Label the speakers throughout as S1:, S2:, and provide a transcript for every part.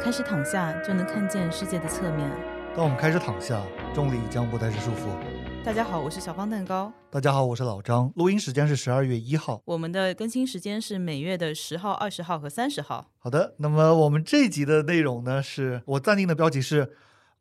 S1: 开始躺下，就能看见世界的侧面。
S2: 当我们开始躺下，重力将不再是束缚。
S1: 大家好，我是小方蛋糕。
S2: 大家好，我是老张。录音时间是十二月一号。
S1: 我们的更新时间是每月的十号、二十号和三十号。
S2: 好的，那么我们这集的内容呢，是我暂定的标题是，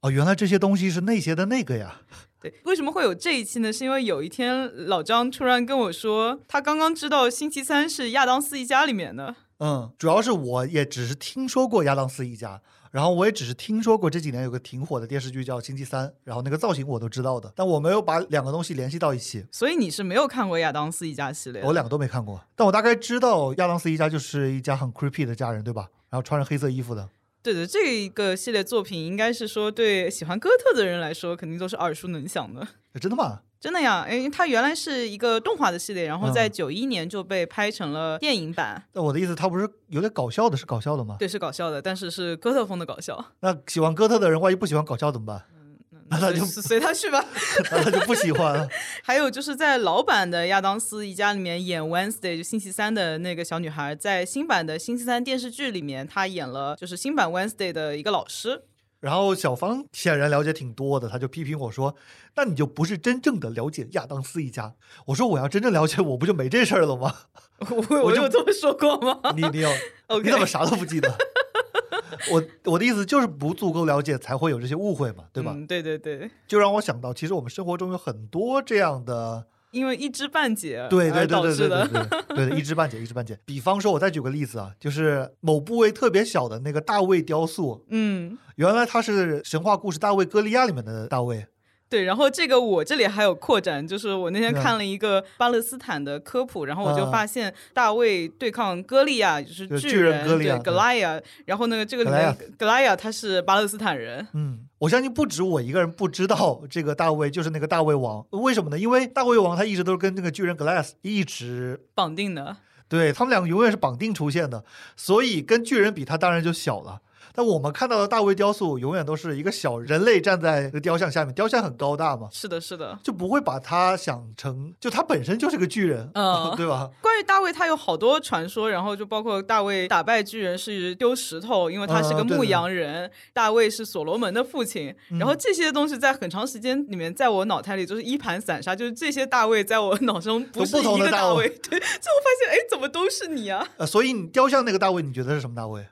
S2: 哦，原来这些东西是那些的那个呀。
S1: 对，为什么会有这一期呢？是因为有一天老张突然跟我说，他刚刚知道星期三是亚当斯一家里面的。
S2: 嗯，主要是我也只是听说过亚当斯一家，然后我也只是听说过这几年有个挺火的电视剧叫《星期三》，然后那个造型我都知道的，但我没有把两个东西联系到一起。
S1: 所以你是没有看过亚当斯一家系列的？
S2: 我两个都没看过，但我大概知道亚当斯一家就是一家很 creepy 的家人，对吧？然后穿着黑色衣服的。
S1: 对的，这个系列作品应该是说对喜欢哥特的人来说，肯定都是耳熟能详的。
S2: 哎真的吗？
S1: 真的呀，因为它原来是一个动画的系列，然后
S2: 嗯
S1: 在九一年就被拍成了电影版。
S2: 但我的意思，它不是有点搞笑的，是搞笑的吗？
S1: 对，是搞笑的，但是是哥特风的搞笑。
S2: 那喜欢哥特的人，万一不喜欢搞笑怎么办？啊 那他就
S1: 随随他去吧。
S2: 那他就不喜欢了。
S1: 还有就是在老版的亚当斯一家里面演 Wednesday 就星期三的那个小女孩，在新版的星期三电视剧里面，她演了就是新版 Wednesday 的一个老师。
S2: 然后小芳显然了解挺多的，他就批评我说：“那你就不是真正的了解亚当斯一家。”我说：“我要真正了解，我不就没这事儿了吗？
S1: 我我
S2: 就
S1: 有这么说过吗
S2: 你你有
S1: ？OK，
S2: 你怎么啥都不记得？ 我我的意思就是不足够了解才会有这些误会嘛，对吧？
S1: 嗯对对对，
S2: 就让我想到，其实我们生活中有很多这样的，
S1: 因为一知半解
S2: 对对
S1: 而
S2: 对
S1: 导
S2: 对
S1: 致
S2: 对对
S1: 的。
S2: 对对对对，一知半解，一知半解。比方说，我再举个例子啊，就是某部位特别小的那个大卫雕塑，
S1: 嗯，
S2: 原来它是神话故事《大卫歌利亚》里面的大卫，
S1: 对。然后这个我这里还有扩展，就是我那天
S2: 嗯
S1: 看了一个巴勒斯坦的科普，然后我就
S2: 嗯
S1: 发现大卫对抗歌利亚就是
S2: 就是
S1: 巨
S2: 巨人
S1: 人
S2: 歌利亚
S1: 对 Goliath，然后那个这个里面 Goliath 他是巴勒斯坦人。
S2: 嗯，我相信不止我一个人不知道这个大卫就是那个大胃王，为什么呢？因为大胃王他一直都是跟那个巨人 Glass 一直
S1: 绑定的，
S2: 对他们两个永远是绑定出现的，所以跟巨人比，他当然就小了。但我们看到的大卫雕塑永远都是一个小人类站在那个雕像下面，雕像很高大嘛，
S1: 是的，是的。
S2: 就不会把他想成就他本身就是个巨人，
S1: 嗯
S2: 对吧？
S1: 关于大卫，他有好多传说，然后就包括大卫打败巨人是丢石头，因为他是
S2: 嗯
S1: 个
S2: 嗯对嗯
S1: 牧
S2: 对
S1: 羊人。大卫是所罗门的父亲，然后这些东西在很长时间里面，在我脑海里就是一盘散沙，就是这些大卫在我脑中不
S2: 有
S1: 是
S2: 不同
S1: 一
S2: 的
S1: 个
S2: 大
S1: 大
S2: 卫
S1: 卫。 对，最后发现，哎，怎么都是你啊？
S2: 呃，所以你雕像那个大卫，你觉得是什么大卫？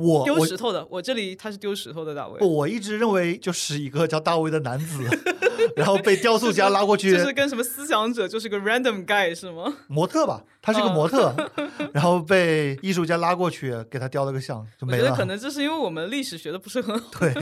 S2: 我
S1: 丢
S2: 我
S1: 石头的，我这里他是丢石头的大卫。
S2: 不，我一直认为就是一个叫大卫的男子， 然后被雕塑家拉过去
S1: 就是跟什么思想者，就是个 random guy 是吗？
S2: 模特吧，他是个
S1: 嗯
S2: 模 特，然后被艺术家拉过去给他雕了个像，
S1: 我
S2: 就没
S1: 觉得
S2: 了。
S1: 可能这是因为我们历史学的不是很 好。
S2: 对，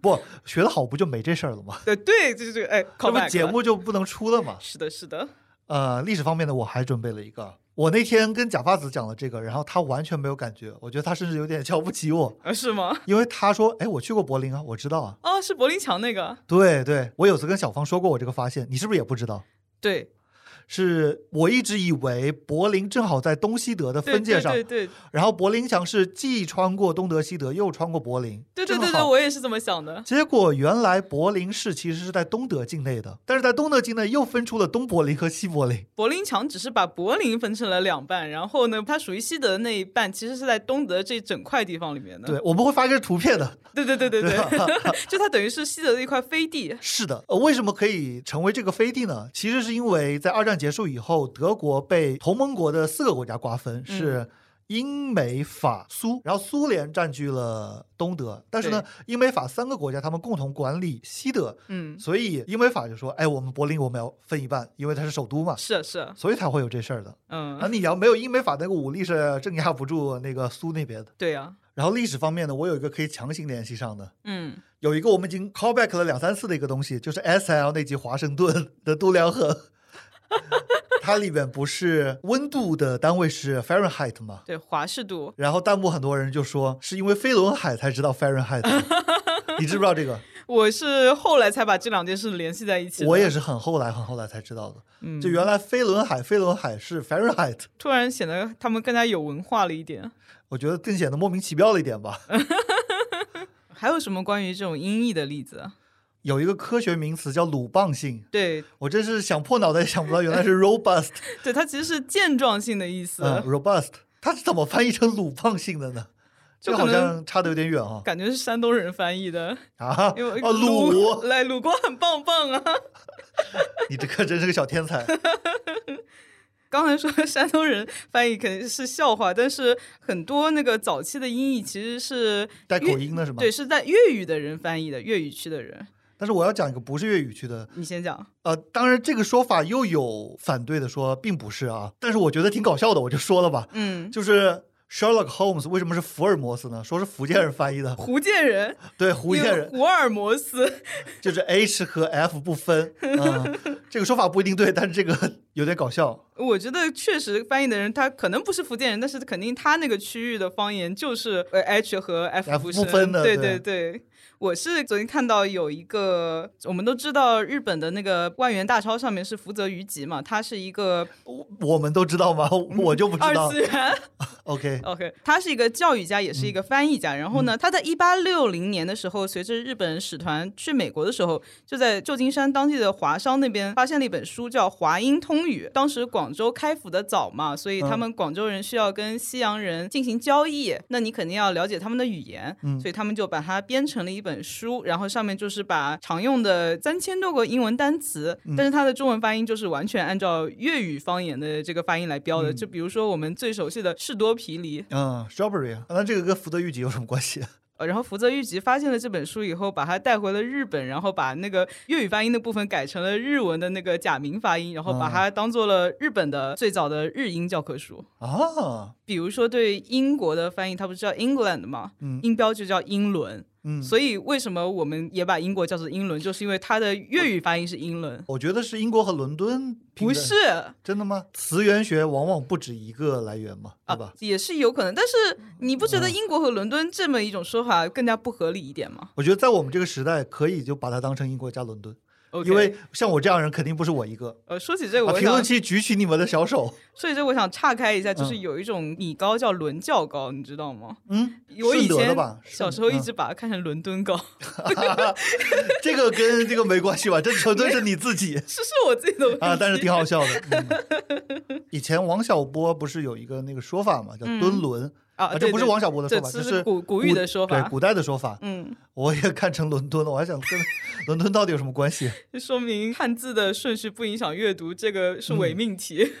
S2: 不学的好不就没这事儿了吗？
S1: 对对，就是这个哎，
S2: 这
S1: 考
S2: 不
S1: 麦
S2: 节目就不能出了吗？
S1: 是的，是的。
S2: 呃，历史方面的我还准备了一个，我那天跟假发子讲了这个，然后他完全没有感觉，我觉得他甚至有点瞧不起我，
S1: 啊，是吗？
S2: 因为他说：“哎，我去过柏林啊，我知道啊。
S1: 哦，是柏林墙那个。
S2: 对”对我有次跟小芳说过我这个发现，你是不是也不知道？
S1: 对，
S2: 是我一直以为柏林正好在东西德的
S1: 对
S2: 分界上，
S1: 对对对
S2: 然后柏林墙是既穿过东德西德，又穿过柏林，
S1: 对
S2: 正
S1: 对对对，
S2: 好
S1: 我也是这么想的。
S2: 结果原来柏林市其实是在东德境内的，但是在东德境内又分出了东柏林和西柏林。
S1: 柏林墙只是把柏林分成了两半，然后呢，它属于西德的那一半，其实是在东德这整块地方里面的。
S2: 对，我们会发一个图片的。
S1: 对对对对对， 就它等于是西德的一块飞地。
S2: 是的，呃，为什么可以成为这个飞地呢？其实是因为在二战结束以后，德国被同盟国的四个国家瓜分，是
S1: 嗯
S2: 英美法苏，然后苏联占据了东德，但是呢，英美法三个国家他们共同管理西德，
S1: 嗯，
S2: 所以英美法就说：“哎，我们柏林我们要分一半，因为它是首都嘛。”
S1: 是啊是啊，
S2: 所以才会有这事儿的。啊，
S1: 嗯，
S2: 你要没有英美法那个武力是镇压不住那个苏那边的。
S1: 对啊呀、
S2: 然后历史方面呢，我有一个可以强行联系上的，
S1: 嗯，
S2: 有一个我们已经 callback 了两三次的一个东西，就是 S L 那集华盛顿的度量衡，它里面不是温度的单位是 Fahrenheit 吗？
S1: 对，华氏度。
S2: 然后弹幕很多人就说是因为飞轮海才知道 Fahrenheit，你知不知道这个？
S1: 我是后来才把这两件事联系在一起的。
S2: 我也是很后来很后来才知道的。
S1: 嗯
S2: 就原来飞轮海，飞轮海是 Fahrenheit，
S1: 突然显得他们更加有文化了一点。
S2: 我觉得更显得莫名其妙了一点吧。
S1: 还有什么关于这种音译的例子啊？
S2: 有一个科学名词叫鲁棒性，
S1: 对
S2: 我真是想破脑袋也想不到，原来是 robust，
S1: 对，它其实是健壮性的意思。
S2: 嗯嗯，robust，它是怎么翻译成鲁棒性的呢？
S1: 就
S2: 这
S1: 可
S2: 好
S1: 能
S2: 像差的有点远啊
S1: 感觉是山东人翻译的，
S2: 啊！
S1: 因为
S2: 哦，鲁，
S1: 来鲁国很棒棒啊。
S2: 你这个真是个小天才。
S1: 刚才说山东人翻译肯定是笑话，但是很多那个早期的音译其实是
S2: 带
S1: 粤
S2: 口音的是吗？
S1: 对，。是在粤语的人翻译的，粤语区的人。
S2: 但是我要讲一个不是粤语区的，
S1: 你先讲，
S2: 呃，当然这个说法又有反对的说并不是啊，但是我觉得挺搞笑的，我就说了吧，
S1: 嗯，
S2: 就是 Sherlock Holmes 为什么是福尔摩斯呢？说是福建人翻译的，
S1: 福建人，
S2: 对，福建人
S1: 福尔摩斯，
S2: 就是 H 和 F 不分，嗯，这个说法不一定对，但是这个有点搞笑。
S1: 我觉得确实翻译的人他可能不是福建人，但是肯定他那个区域的方言就是呃 H 和 F
S2: F
S1: 不
S2: 不分的
S1: 对
S2: 对
S1: 对。我是昨天看到有一个，我们都知道日本的那个万元大钞上面是福泽谕吉嘛，他是一个
S2: 我我们都知道吗？我就不知
S1: 二
S2: 道嗯
S1: 次。元，
S2: OK，
S1: OK，他是一个教育家，也是一个翻译家。然
S2: 嗯
S1: 后呢，他在一八六零年的时候，随着日本使团去美国的时候，就在旧金山当地的华商那边发现了一本书，叫《华英通语》。当时广州开府的早嘛，所以他们广州人需要跟西洋人进行交易，那你肯定要了解他们的语言，所以他们就把它编成了一本书，然后上面就是把常用的三千多个英文单词，但是它的中文发音就是完全按照粤语方言的这个发音来标的。就比如说我们最熟悉的士多啤梨，
S2: 嗯，Strawberry，啊那这个跟福德谕吉有什么关系？啊
S1: 呃，然后福泽谕吉发现了这本书以后，把它带回了日本，然后把那个粤语发音的部分改成了日文的那个假名发音，然后把
S2: 嗯
S1: 它当做了日本的最早的日英教科书。
S2: 啊，
S1: 比如说对英国的翻译，它不是叫 England 吗？
S2: 嗯
S1: 音标就叫英伦。
S2: 嗯，
S1: 所以为什么我们也把英国叫做英伦，就是因为它的粤语发音是英伦，
S2: 我觉得是英国和伦敦平
S1: 不
S2: 等
S1: 是
S2: 真的吗？词源学往往不止一个来源嘛，对吧嗯
S1: 啊？，也是有可能。但是你不觉得英国和伦敦这么一种说法更加不合理一点吗
S2: 我觉得在我们这个时代，可以就把它当成英国加伦敦，
S1: ？OK，
S2: 因为像我这样人肯定不是我一个。
S1: 呃，说起这个，
S2: 啊，
S1: 我
S2: 评
S1: 想
S2: 论区举起你们的小手，
S1: 所以这我想岔开一下，就是
S2: 嗯
S1: 有一种米糕叫伦教糕，你知道吗？
S2: 嗯，
S1: 我以
S2: 顺德的
S1: 前
S2: 吧，顺
S1: 小
S2: 德
S1: 时候一
S2: 嗯
S1: 直把它看成伦敦糕，
S2: 这个跟这个没关系吧？这纯粹是你 自己
S1: 是是我自己的问题
S2: 啊，但是挺好笑的。嗯以前王小波不是有一个那个说法嘛，叫
S1: 嗯
S2: “敦伦”
S1: 啊，
S2: 这
S1: 对
S2: 不是
S1: 对
S2: 王小波的
S1: 这
S2: 说法，
S1: 这
S2: 这
S1: 是
S2: 是
S1: 古古语的说法
S2: 对古代的说法。
S1: 嗯，
S2: 我也看成伦敦了，我还想跟 伦敦到底有什么关系？
S1: 这说明汉字的顺序不影响阅读，这个是
S2: 嗯
S1: 伪命题。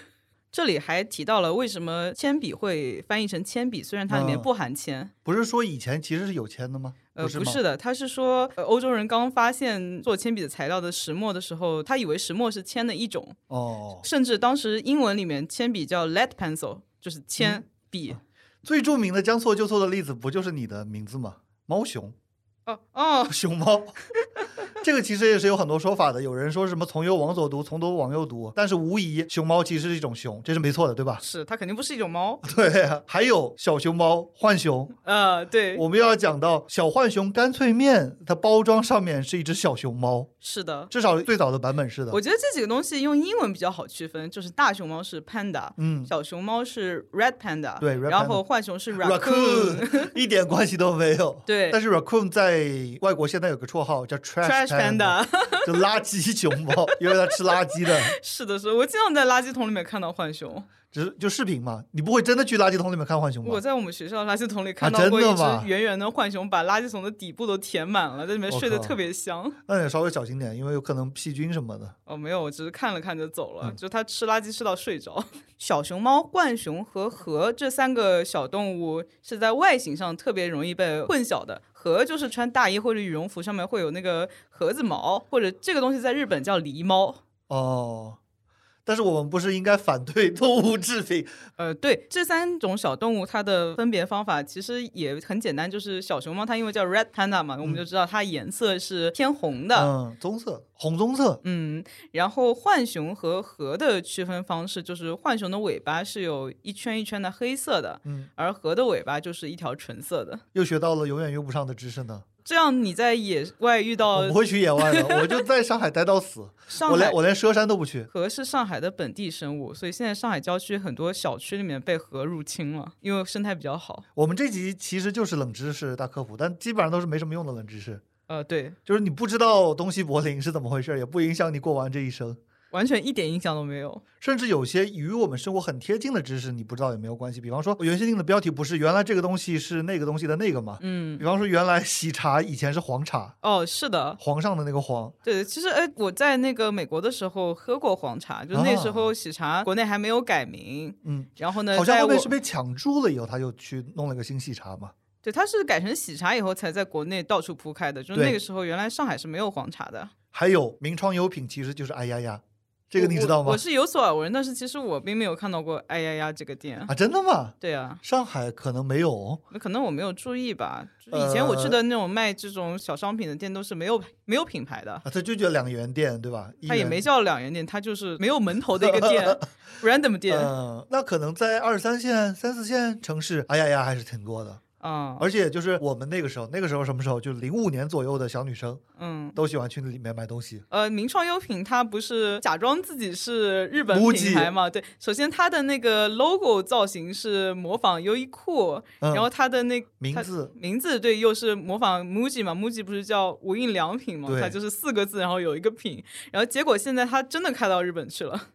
S1: 这里还提到了为什么铅笔会翻译成铅笔，虽然它里面
S2: 嗯
S1: 不含铅。
S2: 不是说以前其实是有钱的吗？
S1: 呃，
S2: 是
S1: 不
S2: 吗？
S1: 是的，他是说、呃欧洲人刚发现做铅笔的材料的石墨的时候，他以为石墨是铅的一种，
S2: 哦，
S1: 甚至当时英文里面铅笔叫 lead pencil，就是
S2: 嗯
S1: 铅笔。
S2: 最著名的将错就错的例子不就是你的名字吗？猫熊，
S1: 哦哦，
S2: 熊猫。 这个其实也是有很多说法的，有人说什么从右往左读，从左往右读，但是无疑熊猫其实是一种熊，这是没错的，对吧？
S1: 是它肯定不是一种猫。
S2: 对啊，还有小熊猫、浣熊，
S1: 呃，对，
S2: 我们要讲到小浣熊干脆面，它包装上面是一只小熊猫，
S1: 是的。
S2: 至少最早的版本是的
S1: 我。觉得这几个东西用英文比较好区分，就是大熊猫是 panda，
S2: 嗯
S1: 小熊猫是 red panda，
S2: 对，red
S1: 然后浣熊是 raccoon，
S2: raccoon 一点关系都没有。
S1: 对
S2: 但是 raccoon 在外国现在有个绰号叫 trash
S1: trash panda，
S2: 就垃圾熊猫，因为它吃垃圾的。
S1: 是的，是的我经常在垃圾桶里面看到浣熊，
S2: 只是就视频嘛，你不会真的去垃圾桶里面看浣熊吧
S1: 我？在我们学校垃圾桶里看
S2: 啊
S1: 到
S2: 真
S1: 过
S2: 的
S1: 一
S2: 吗
S1: 只圆圆的浣熊，把垃圾桶的底部都填满了，在里面
S2: 我
S1: 睡得
S2: 靠
S1: 特别香。
S2: 那你得稍微小心点，因为有可能细菌什么的。
S1: 哦，没有，我只是看了看就走了， 就它吃垃圾吃到睡着。嗯 小熊猫、浣熊和河这三个小动物是在外形上特别容易被混淆的。河就是穿大衣或者羽绒服上面会有那个盒子毛，或者这个东西在日本叫狸猫。
S2: 哦，但是我们不是应该反对动物制品？
S1: 呃，对，这三种小动物它的分别方法其实也很简单，就是小熊猫它因为叫 red panda 嘛，我们就知道它颜色是偏红的。
S2: 嗯，棕色、红棕色，
S1: 嗯，然后浣熊和河的区分方式就是，浣熊的尾巴是有一圈一圈的黑色的，
S2: 嗯，
S1: 而河的尾巴就是一条纯色的。
S2: 又学到了永远用不上的知识呢。
S1: 这样你在野外遇到
S2: 我不会去野外的，我就在上海待到死，
S1: 哦上
S2: 我连
S1: 海，
S2: 我连佘山都不去。
S1: 河是上海的本地生物，所以现在上海郊区很多小区里面被河入侵了，因为生态比较好。
S2: 我们这集其实就是冷知识大科普，但基本上都是没什么用的冷知识，
S1: 呃，对，
S2: 就是你不知道东西柏林是怎么回事，也不影响你过完这一生。
S1: 完全一点印象都没有。
S2: 甚至有些与我们生活很贴近的知识，你不知道有没有关系。比方说，我原先定的标题不是原来这个东西是那个东西的那个嘛？
S1: 嗯，
S2: 比方说，原来喜茶以前是黄茶，
S1: 哦，是的，
S2: 皇上的那个皇，
S1: 对，其实哎，我在那个美国的时候喝过黄茶，就那时候喜茶国内还没有改名，
S2: 嗯，
S1: 然后呢，
S2: 哦好像
S1: 在
S2: 后
S1: 我
S2: 面是被抢注了以后，他就去弄了个新喜茶嘛。
S1: 对，它是改成喜茶以后才在国内到处铺开的，就是
S2: 对
S1: 那个时候原来上海是没有黄茶的。
S2: 还有名创优品其实就是哎呀呀，这个你知道
S1: 我？
S2: 吗
S1: 我？是有所耳闻，但是其实我并没有看到过哎呀呀这个店。
S2: 啊，真的吗？
S1: 对啊，
S2: 上海可能没有，哦
S1: 可能我没有注意吧。就是以前
S2: 呃
S1: 我去的那种卖这种小商品的店都是没有没有品牌的，
S2: 啊，它就叫两元店，对吧？一
S1: 它也
S2: 元
S1: 没叫两元店，它就是没有门头的一个 店，random 店。
S2: 嗯，那可能在二三线、三四线城市，哎呀呀，还是挺多的。
S1: 啊，
S2: 而且就是我们那个时候，那个时候什么时候？就零五年左右的小女生
S1: 嗯。
S2: 都喜欢去那里面买东西。
S1: 呃，名创优品它不是假装自己是日本
S2: MUJI
S1: 品牌嘛？对，首先它的那个 logo 造型是模仿优衣库，
S2: 嗯，
S1: 然后它的那
S2: 名
S1: 它
S2: 字
S1: 名字对，又是模仿 MUJI 嘛，MUJI 不是叫无印良品嘛，
S2: 对
S1: 它就是四个字，然后有一个品，然后结果现在它真的开到日本去了，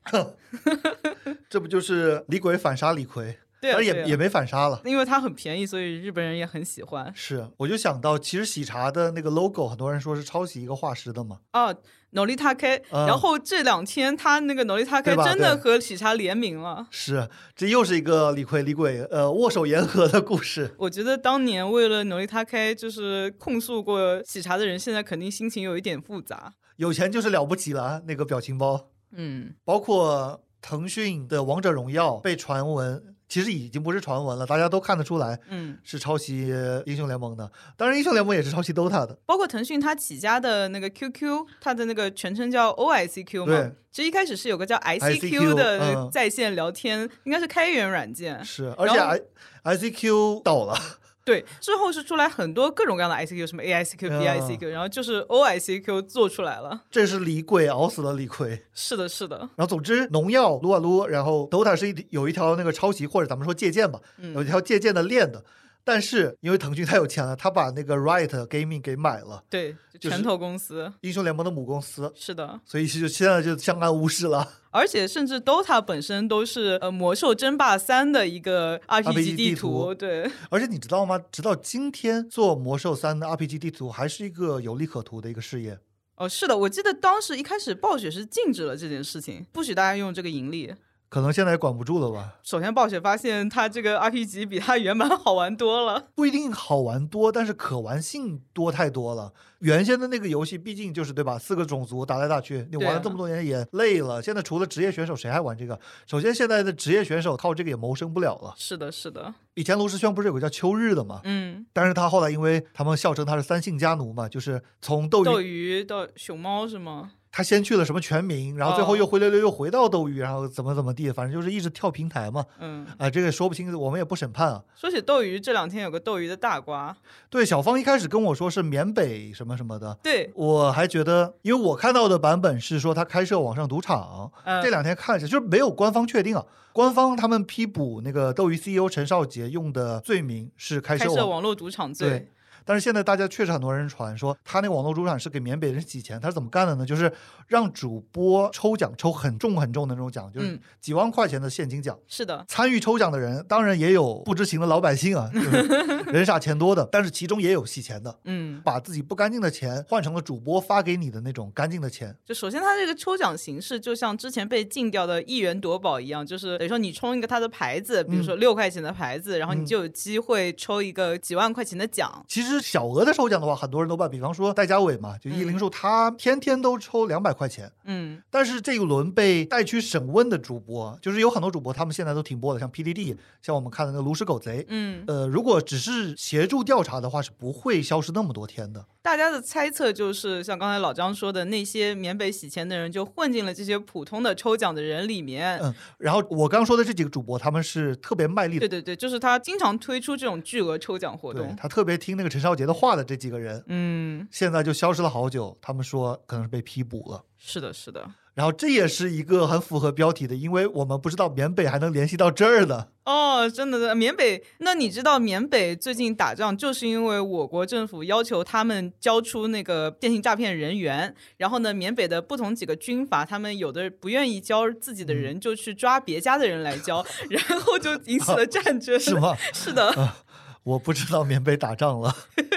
S2: 这不就是李鬼反杀李逵？
S1: 对啊，
S2: 而
S1: 对
S2: 也
S1: 啊
S2: 也没反杀了。
S1: 因为它很便宜，所以日本人也很喜欢
S2: 是，我就想到，其实喜茶的那个 logo，很多人说是抄袭一个画师的嘛。
S1: 啊。努力塔 K，、
S2: 嗯
S1: 然后这两天它那个努力塔 K
S2: 对吧
S1: 真的
S2: 对
S1: 和喜茶联名了。
S2: 是，这又是一个李逵、李鬼呃握手言和的故事。
S1: 我觉得当年为了努力塔 K 就是控诉过喜茶的人，现在肯定心情有一点复杂。
S2: 有钱就是了不起了，啊那个表情包，
S1: 嗯，
S2: 包括腾讯的《王者荣耀》被传闻，其实已经不是传闻了，大家都看得出来
S1: 嗯，
S2: 是抄袭英雄联盟的。当然，英雄联盟也是抄袭 DOTA 的。
S1: 包括腾讯它起家的那个 QQ，它的那个全称叫 OICQ
S2: 对
S1: 嘛，其实一开始是有个叫
S2: ICQ
S1: ICQ 的
S2: 嗯
S1: 在线聊天，应该是开源软件。
S2: 是，而
S1: 然后
S2: 且 I ICQ 倒了，
S1: 对，之后是出来很多各种各样的 ICQ，什么 AICQ、
S2: 嗯
S1: BICQ，、然后就是 OICQ 做出来了。
S2: 这是李鬼熬死了李逵。
S1: 是的，是的，
S2: 然后，总之，农药撸啊撸，然后 DOTA 是一有一条那个抄袭，或者咱们说借鉴吧，有
S1: 嗯，
S2: 一条借鉴的链的。但是因为腾讯太有钱了，他把那个 Riot Gaming 给买了，
S1: 对，
S2: 就
S1: 就是拳头公司。
S2: 英雄联盟的母公司，
S1: 是的，
S2: 所以就现在就相安无事了。
S1: 而且甚至 DOTA 本身都是呃《魔兽争霸三》的一个
S2: RPG
S1: RPG 地
S2: 图
S1: 对，
S2: 而且你知道吗？直到今天，做魔兽三的 RPG 地图还是一个有利可图的一个事业。
S1: 哦，是的，我记得当时一开始暴雪是禁止了这件事情，不许大家用这个盈利。
S2: 可能现在也管不住了吧？
S1: 首先，暴雪发现它这个 RPG 比它原版好玩多了。
S2: 不一定好玩多，但是可玩性多太多了。原先的那个游戏，毕竟就是对吧，四个种族打来打去，你
S1: 对
S2: 玩了
S1: 啊
S2: 这么多年也累了。现在除了职业选手，谁还玩这个？首先，现在的职业选手靠这个也谋生不了了。
S1: 是的，是的，
S2: 以前卢石轩不是有个叫秋日的嘛？
S1: 嗯，
S2: 但是他后来因为他们笑称他是三姓家奴嘛，就是从斗
S1: 斗
S2: 鱼，
S1: 鱼到熊猫是吗？
S2: 他先去了什么全民，然后最后
S1: 哦
S2: 又灰溜溜又回到斗鱼，然后怎么怎么地，反正就是一直跳平台嘛。
S1: 嗯，
S2: 啊、这个说不清，我们也不审判啊。
S1: 说起斗鱼，这两天有个斗鱼的大瓜，
S2: 对，小芳一开始跟我说是缅北什么什么的，
S1: 对，
S2: 我还觉得，因为我看到的版本是说他开设网上赌场，
S1: 嗯
S2: 这两天看一下，就是没有官方确定啊。官方他们批捕那个斗鱼 CEO 陈少杰用的罪名是开
S1: 开
S2: 设
S1: 设
S2: 网，
S1: 网络赌场
S2: 对
S1: 罪，
S2: 但是现在大家确实很多人传说他那个网络赌场是给缅北人洗钱，他是怎么干的呢？就是让主播抽奖，抽很重很重的那种奖，就是
S1: 嗯
S2: 几万块钱的现金奖。
S1: 是的，
S2: 参与抽奖的人当然也有不知情的老百 姓啊，就是人傻钱多的，但是其中也有洗钱的。
S1: 嗯，
S2: 把自己不干净的钱换成了主播发给你的那种干净的钱。
S1: 就首先它这个抽奖形式，就像之前被禁掉的一元夺宝一样，就是等于说你充一个它的牌子，比如说六块钱的牌子，然后
S2: 嗯
S1: 你就有机会抽一个几万块钱的奖。
S2: 其实小额的抽奖的话，很多人都办，比方说戴家伟嘛，就一零
S1: 嗯
S2: 数，他天天都抽两百块钱。
S1: 嗯，
S2: 但是这一轮被带去审问的主播，就是有很多主播他们现在都停播了，像 PDD，像我们看的那个炉石狗贼。
S1: 嗯，
S2: 呃，如果只是协助调查的话，是不会消失那么多天的。
S1: 大家的猜测就是，像刚才老张说的，那些缅北洗钱的人就混进了这些普通的抽奖的人里面。
S2: 嗯，然后我刚说的这几个主播，他们是特别卖力
S1: 对对
S2: 的，
S1: 对，就是他经常推出这种巨额抽奖活
S2: 对
S1: 动。
S2: 他特别听那个陈少杰的话的这几个人，
S1: 嗯，
S2: 现在就消失了好久。他们说可能是被批捕了。
S1: 是的，是的，
S2: 然后这也是一个很符合标题的，因为我们不知道缅北还能联系到这儿的。
S1: 哦，真的，真的，缅北。那你知道缅北最近打仗，就是因为我国政府要求他们交出那个电信诈骗人员，然后呢，缅北的不同几个军阀，他们有的不愿意交自己的
S2: 嗯
S1: 人，就去抓别家的人来交， 然后就引起了战争。
S2: 是吗？ 嗯
S1: 是的，
S2: 我不知道缅北打仗了。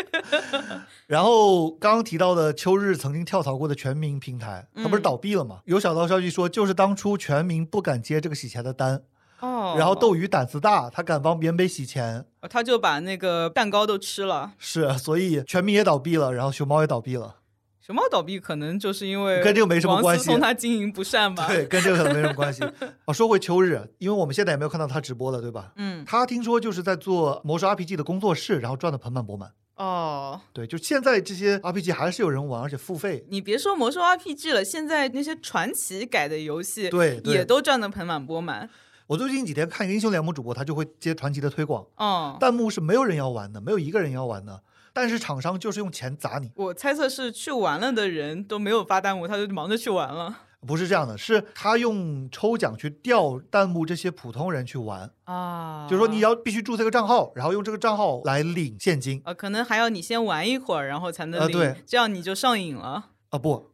S2: 然后刚刚提到的秋日曾经跳槽过的全民平台，
S1: 嗯
S2: 它不是倒闭了吗？有小道消息说，就是当初全民不敢接这个洗钱的单，
S1: 哦，
S2: 然后斗鱼胆子大，他敢帮缅北洗钱，
S1: 他就把那个蛋糕都吃了。
S2: 是，所以全民也倒闭了，然后熊猫也倒闭了。
S1: 熊猫倒闭可能就是因为
S2: 跟这个没什么
S1: 王思
S2: 关系
S1: 聪他经营不善吧？
S2: 对，跟这个可能没什么关系。啊，说回秋日，因为我们现在也没有看到他直播了，对吧？
S1: 嗯，
S2: 他听说就是在做魔兽 RPG 的工作室，然后赚的盆满钵满。
S1: 哦，
S2: 对，就现在这些 RPG 还是有人玩，而且付费。
S1: 你别说魔兽 RPG 了，现在那些传奇改的游戏，
S2: 对对
S1: 也都赚得盆满钵满。
S2: 我最近几天看一个英雄联盟主播，他就会接传奇的推广，
S1: 哦，
S2: 弹幕是没有人要玩的，没有一个人要玩的。但是厂商就是用钱砸你，
S1: 我猜测是去玩了的人都没有发弹幕，他就忙着去玩了
S2: 不是这样的，是他用抽奖去调弹幕这些普通人去玩，
S1: 啊
S2: 就是说你要必须注册个账号，然后用这个账号来领现金
S1: 啊，可能还要你先玩一会儿，然后才能
S2: 啊
S1: 领
S2: 对，
S1: 这样你就上瘾了
S2: 啊，不，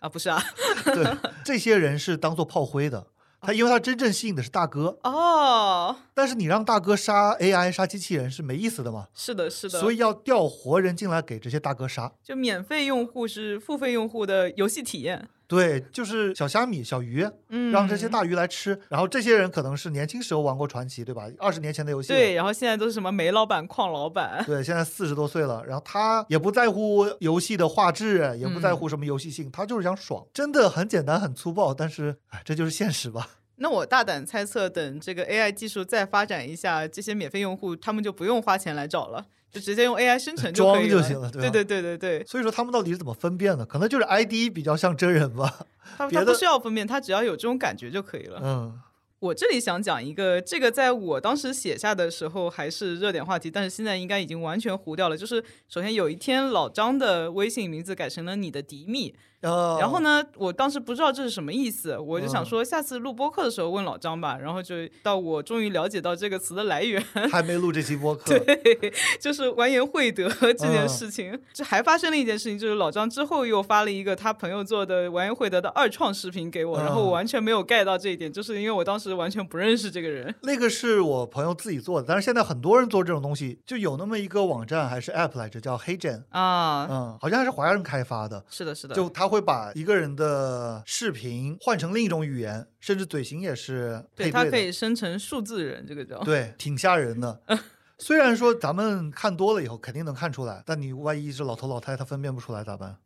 S1: 啊？不是 啊？
S2: 对，这些人是当做炮灰的。他因为他真正吸引的是大哥，
S1: 哦，
S2: 但是你让大哥杀 AI 杀机器人是没意思的嘛，
S1: 是的，是的，
S2: 所以要调活人进来给这些大哥杀。
S1: 就免费用户是付费用户的游戏体验，
S2: 对，就是小虾米、小鱼，
S1: 嗯，
S2: 让这些大鱼来吃。然后这些人可能是年轻时候玩过传奇，对吧？二十年前的游戏了。
S1: 对，然后现在都是什么煤老板、矿老板，
S2: 对，现在四十多岁了，然后他也不在乎游戏的画质，也不在
S1: 嗯
S2: 乎什么游戏性，他就是想爽，真的很简单，很粗暴，但是哎，这就是现实吧。
S1: 那我大胆猜测，等这个 AI 技术再发展一下，这些免费用户他们就不用花钱来找了，就直接用 AI 生成可以
S2: 装就
S1: 了。
S2: 行了对吧
S1: 对对对对对，
S2: 所以说他们到底是怎么分辨的？可能就是 ID 比较像真人吧。
S1: 他
S2: 别
S1: 他
S2: 的
S1: 不需要分辨，他只要有这种感觉就可以了。
S2: 嗯，
S1: 我这里想讲一个，这个在我当时写下的时候还是热点话题，但是现在应该已经完全糊掉了。就是首先有一天老张的微信名字改成了你的迪密，
S2: 呃，
S1: 然后？呢，我当时不知道这是什么意思，我就想
S2: 嗯
S1: 说下次录播客的时候问老张吧。然后就到我终于了解到这个词的来源，
S2: 还没录这期播客，
S1: 就是完颜慧德
S2: 嗯
S1: 这件事情。这还发生了一件事情，就是老张之后又发了一个他朋友做的完颜慧德的二创视频给我，然后我
S2: 嗯
S1: 完全没有 get 到这一点，就是因为我当时完全不认识这个人。
S2: 那个是我朋友自己做的，但是现在很多人做这种东西，就有那么一个网站还是 app 来着，叫 HeyGen，
S1: 啊，
S2: 嗯，好像还是华人开发的，
S1: 是的，是的，
S2: 就他会把一个人的视频换成另一种语言，甚至嘴型也是配
S1: 对他
S2: 对
S1: 可
S2: 的，
S1: 以生成数字人，这个叫
S2: 对，挺吓人 的。 虽然说咱们看多了以后肯定能看出来，但你万一是老头老太，他分辨不出来咋办？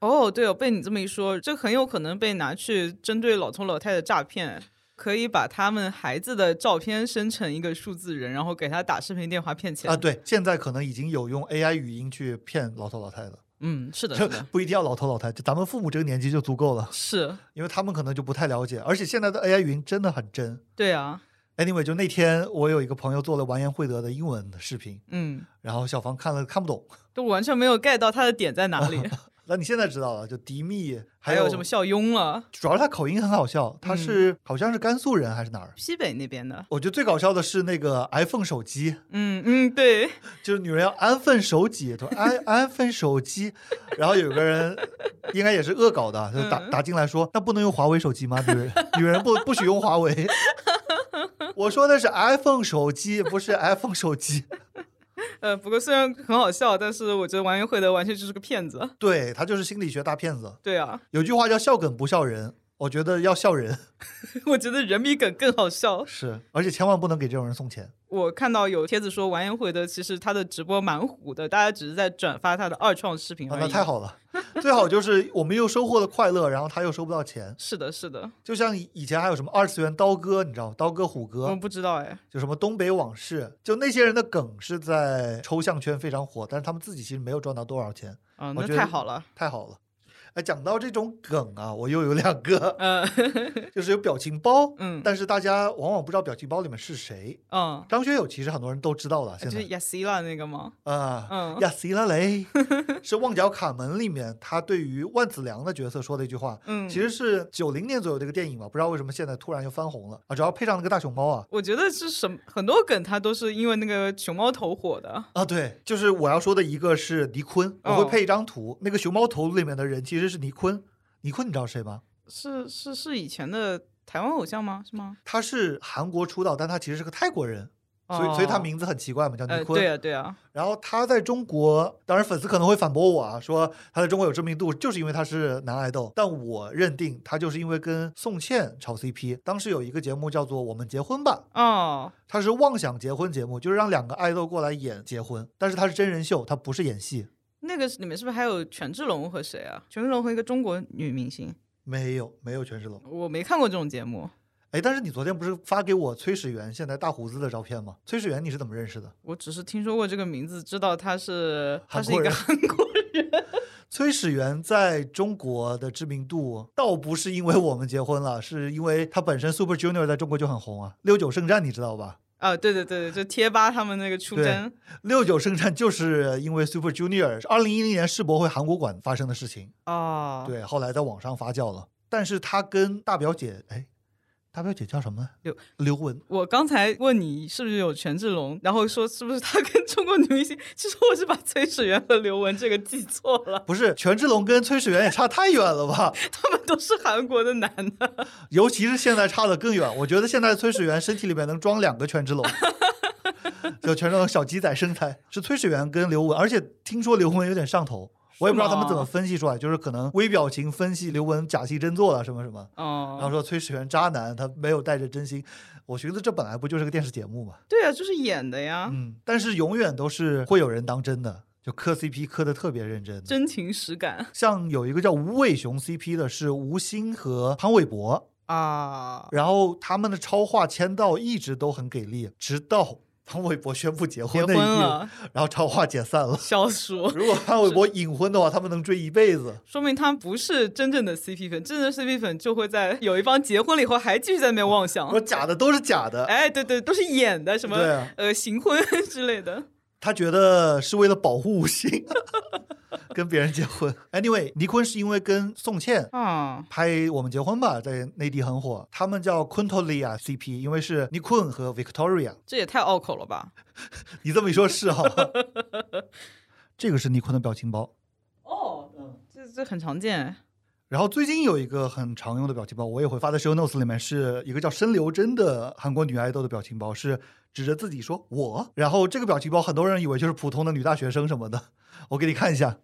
S1: 哦，对哦，被你这么一说，这很有可能被拿去针对老头老太太诈骗。可以把他们孩子的照片生成一个数字人，然后给他打视频电话骗钱
S2: 啊，对，现在可能已经有用 AI 语音去骗老头老太的，
S1: 嗯，是 的，
S2: 这
S1: 是的，
S2: 不一定要老头老太，就咱们父母这个年纪就足够了，
S1: 是，
S2: 因为他们可能就不太了解，而且现在的 AI 语音真的很真。
S1: 对啊，
S2: Anyway，就那天我有一个朋友做了完颜慧德的英文的视频，
S1: 嗯，
S2: 然后小芳看了看不懂，
S1: 都完全没有 get 到他的点在哪里，
S2: 那你现在知道了，就迪密
S1: 还
S2: 有
S1: 有什么嗯笑晕了，
S2: 主要是他口音很好笑，他是、好像是甘肃人还是哪儿？
S1: 西北那边的，
S2: 我觉得最搞笑的是那个 iPhone 手机，
S1: 嗯嗯，对，
S2: 就是女人要安分守己，她说安 安分守己，然后有个人应该也是恶搞的，就打
S1: 嗯
S2: 打进来说，那不能用华为手机吗？女人女人不不许用华 为。我说的是 iPhone 手机，不是 iPhone 手机。
S1: 呃，不过虽然很好笑，但是我觉得王云慧德完全就是个骗子，
S2: 对他就是心理学大骗子。
S1: 对啊，
S2: 有句话叫笑梗不笑人，我觉得要笑人
S1: 我觉得人比梗更好笑。
S2: 是，而且千万不能给这种人送钱。
S1: 我看到有帖子说完颜慧德其实他的直播蛮虎的，大家只是在转发他的二创视频
S2: 啊，
S1: 而已。
S2: 那太好了，最好就是我们又收获了快乐，然后他又收不到钱。
S1: 是的，是的，
S2: 就像以以前还有什么二次元刀哥，你知道刀哥虎
S1: 我
S2: 哥
S1: 们，不知道哎。
S2: 就什么东北往事，就那些人的梗是在抽象圈非常火，但是他们自己其实没有赚到多少钱，
S1: 啊、
S2: 我
S1: 那
S2: 觉得
S1: 太好了。
S2: 太好了。哎，讲到这种梗啊，我又有两个，
S1: 呃，
S2: 就是有表情包，
S1: 嗯
S2: 但是大家往往不知道表情包里面是谁。
S1: 嗯，
S2: 张学友其实很多人都知道了，
S1: 就
S2: 现
S1: 是
S2: 在
S1: 亚西拉那个 吗？
S2: 啊，
S1: 嗯，
S2: 亚西拉雷是《旺角卡门》里面他对于万梓良的角色说的一句话，
S1: 嗯，
S2: 其实是九零年左右的一个电影嘛，不知道为什么现在突然又翻红了啊，主要配上那个大熊猫啊。
S1: 我觉得是什么很多梗，它都是因为那个熊猫头火的。
S2: 啊，对，就是我要说的一个是尼坤，我
S1: 哦
S2: 会配一张图，那个熊猫头里面的人其实是尼坤。尼坤你知道谁吗？
S1: 是是是以前的台湾偶像吗？是吗？
S2: 他是韩国出道，但他其实是个泰国人，所以、所以他
S1: 哦
S2: 名字很奇怪嘛，叫尼
S1: 呃，
S2: 坤。
S1: 对啊对啊，
S2: 然后他在中国，当然粉丝可能会反驳我啊，说他在中国有知名度，就是因为他是男爱豆。但我认定他就是因为跟宋茜炒 CP。当时有一个节目叫做《我们结婚吧》，
S1: 哦，
S2: 他是妄想结婚节目，就是让两个爱豆过来演结婚，但是他是真人秀，他不是演戏。
S1: 那个里面是不是还有权志龙和谁啊？权志龙和一个中国女明星，
S2: 没有，没有权志龙。
S1: 我没看过这种节目，
S2: 哎，但是你昨天不是发给我崔始源现在大胡子的照片吗？崔始源你是怎么认识的？
S1: 我只是听说过这个名字，知道他是他
S2: 韩
S1: 是一
S2: 国
S1: 个
S2: 人
S1: 韩国人。
S2: 崔始源在中国的知名度，倒不是因为我们结婚了，是因为他本身 Super Junior 在中国就很红啊。六九圣战你知道吧？
S1: 啊，对对对对，就贴吧他们那个出
S2: 对
S1: 征，
S2: 六九圣战就是因为 Super Junior 二零一零年世博会韩国馆发生的事情，
S1: 哦，
S2: 对，后来在网上发酵了。但是他跟大表姐，哎，大表姐叫什么？
S1: 刘
S2: 刘雯。
S1: 我刚才问你是不是有权志龙，然后说是不是他跟中国女明星，其实我是把崔始源和刘雯这个记错了，
S2: 不是权志龙跟崔始源也差太远了吧？
S1: 他们都是韩国的男的。
S2: 尤其是现在差得更远。我觉得现在崔始源身体里面能装两个权志龙，就权志龙小鸡仔身材是崔始源跟刘雯，而且听说刘雯有点上头，我也不知道他们怎么分析出来，就是可能微表情分析刘雯假戏真做了什么什么，然后
S1: 哦，
S2: 说崔始源渣男，他没有带着真心。我觉得这本来不就是个电视节目嘛，
S1: 对啊，就是演的呀，
S2: 嗯，但是永远都是会有人当真的，就磕 CP 磕的特别认真。
S1: 真情实感
S2: 像有一个叫无尾熊 CP 的是吴昕和潘玮柏，
S1: 啊。
S2: 然后他们的超话签到一直都很给力，直到潘玮柏宣布结
S1: 结
S2: 婚那
S1: 婚
S2: 一天，
S1: 了，。
S2: 然后超话解散 了
S1: 消暑，
S2: 如果潘玮柏隐婚的话，他们能追一辈子。
S1: 说明他不是真正的 CP 粉，真正的 CP 粉就会在有一方结婚了以后还继续在那边妄想
S2: 我。假的都是假的，
S1: 哎，对对，都是演的，什么
S2: 对啊
S1: 呃行婚 之类的。
S2: 他觉得是为了保护吴昕， 跟别人结婚。Anyway，尼坤是因为跟宋茜。
S1: 啊，
S2: 拍《我们结婚吧》在内地很火，他们叫 Quintolia CP，因为是尼坤和 Victoria。
S1: 这也太拗口了吧？
S2: 你这么一说，是哈。这个是尼坤的表情包，
S1: 哦，这这很常见哎。
S2: 然后最近有一个很常用的表情包，我也会发在 show notes 里面，是一个叫申流真的韩国女爱豆的表情包，是指着自己说“我”。然后这个表情包很多人以为就是普通的女大学生什么的，我给你看一下，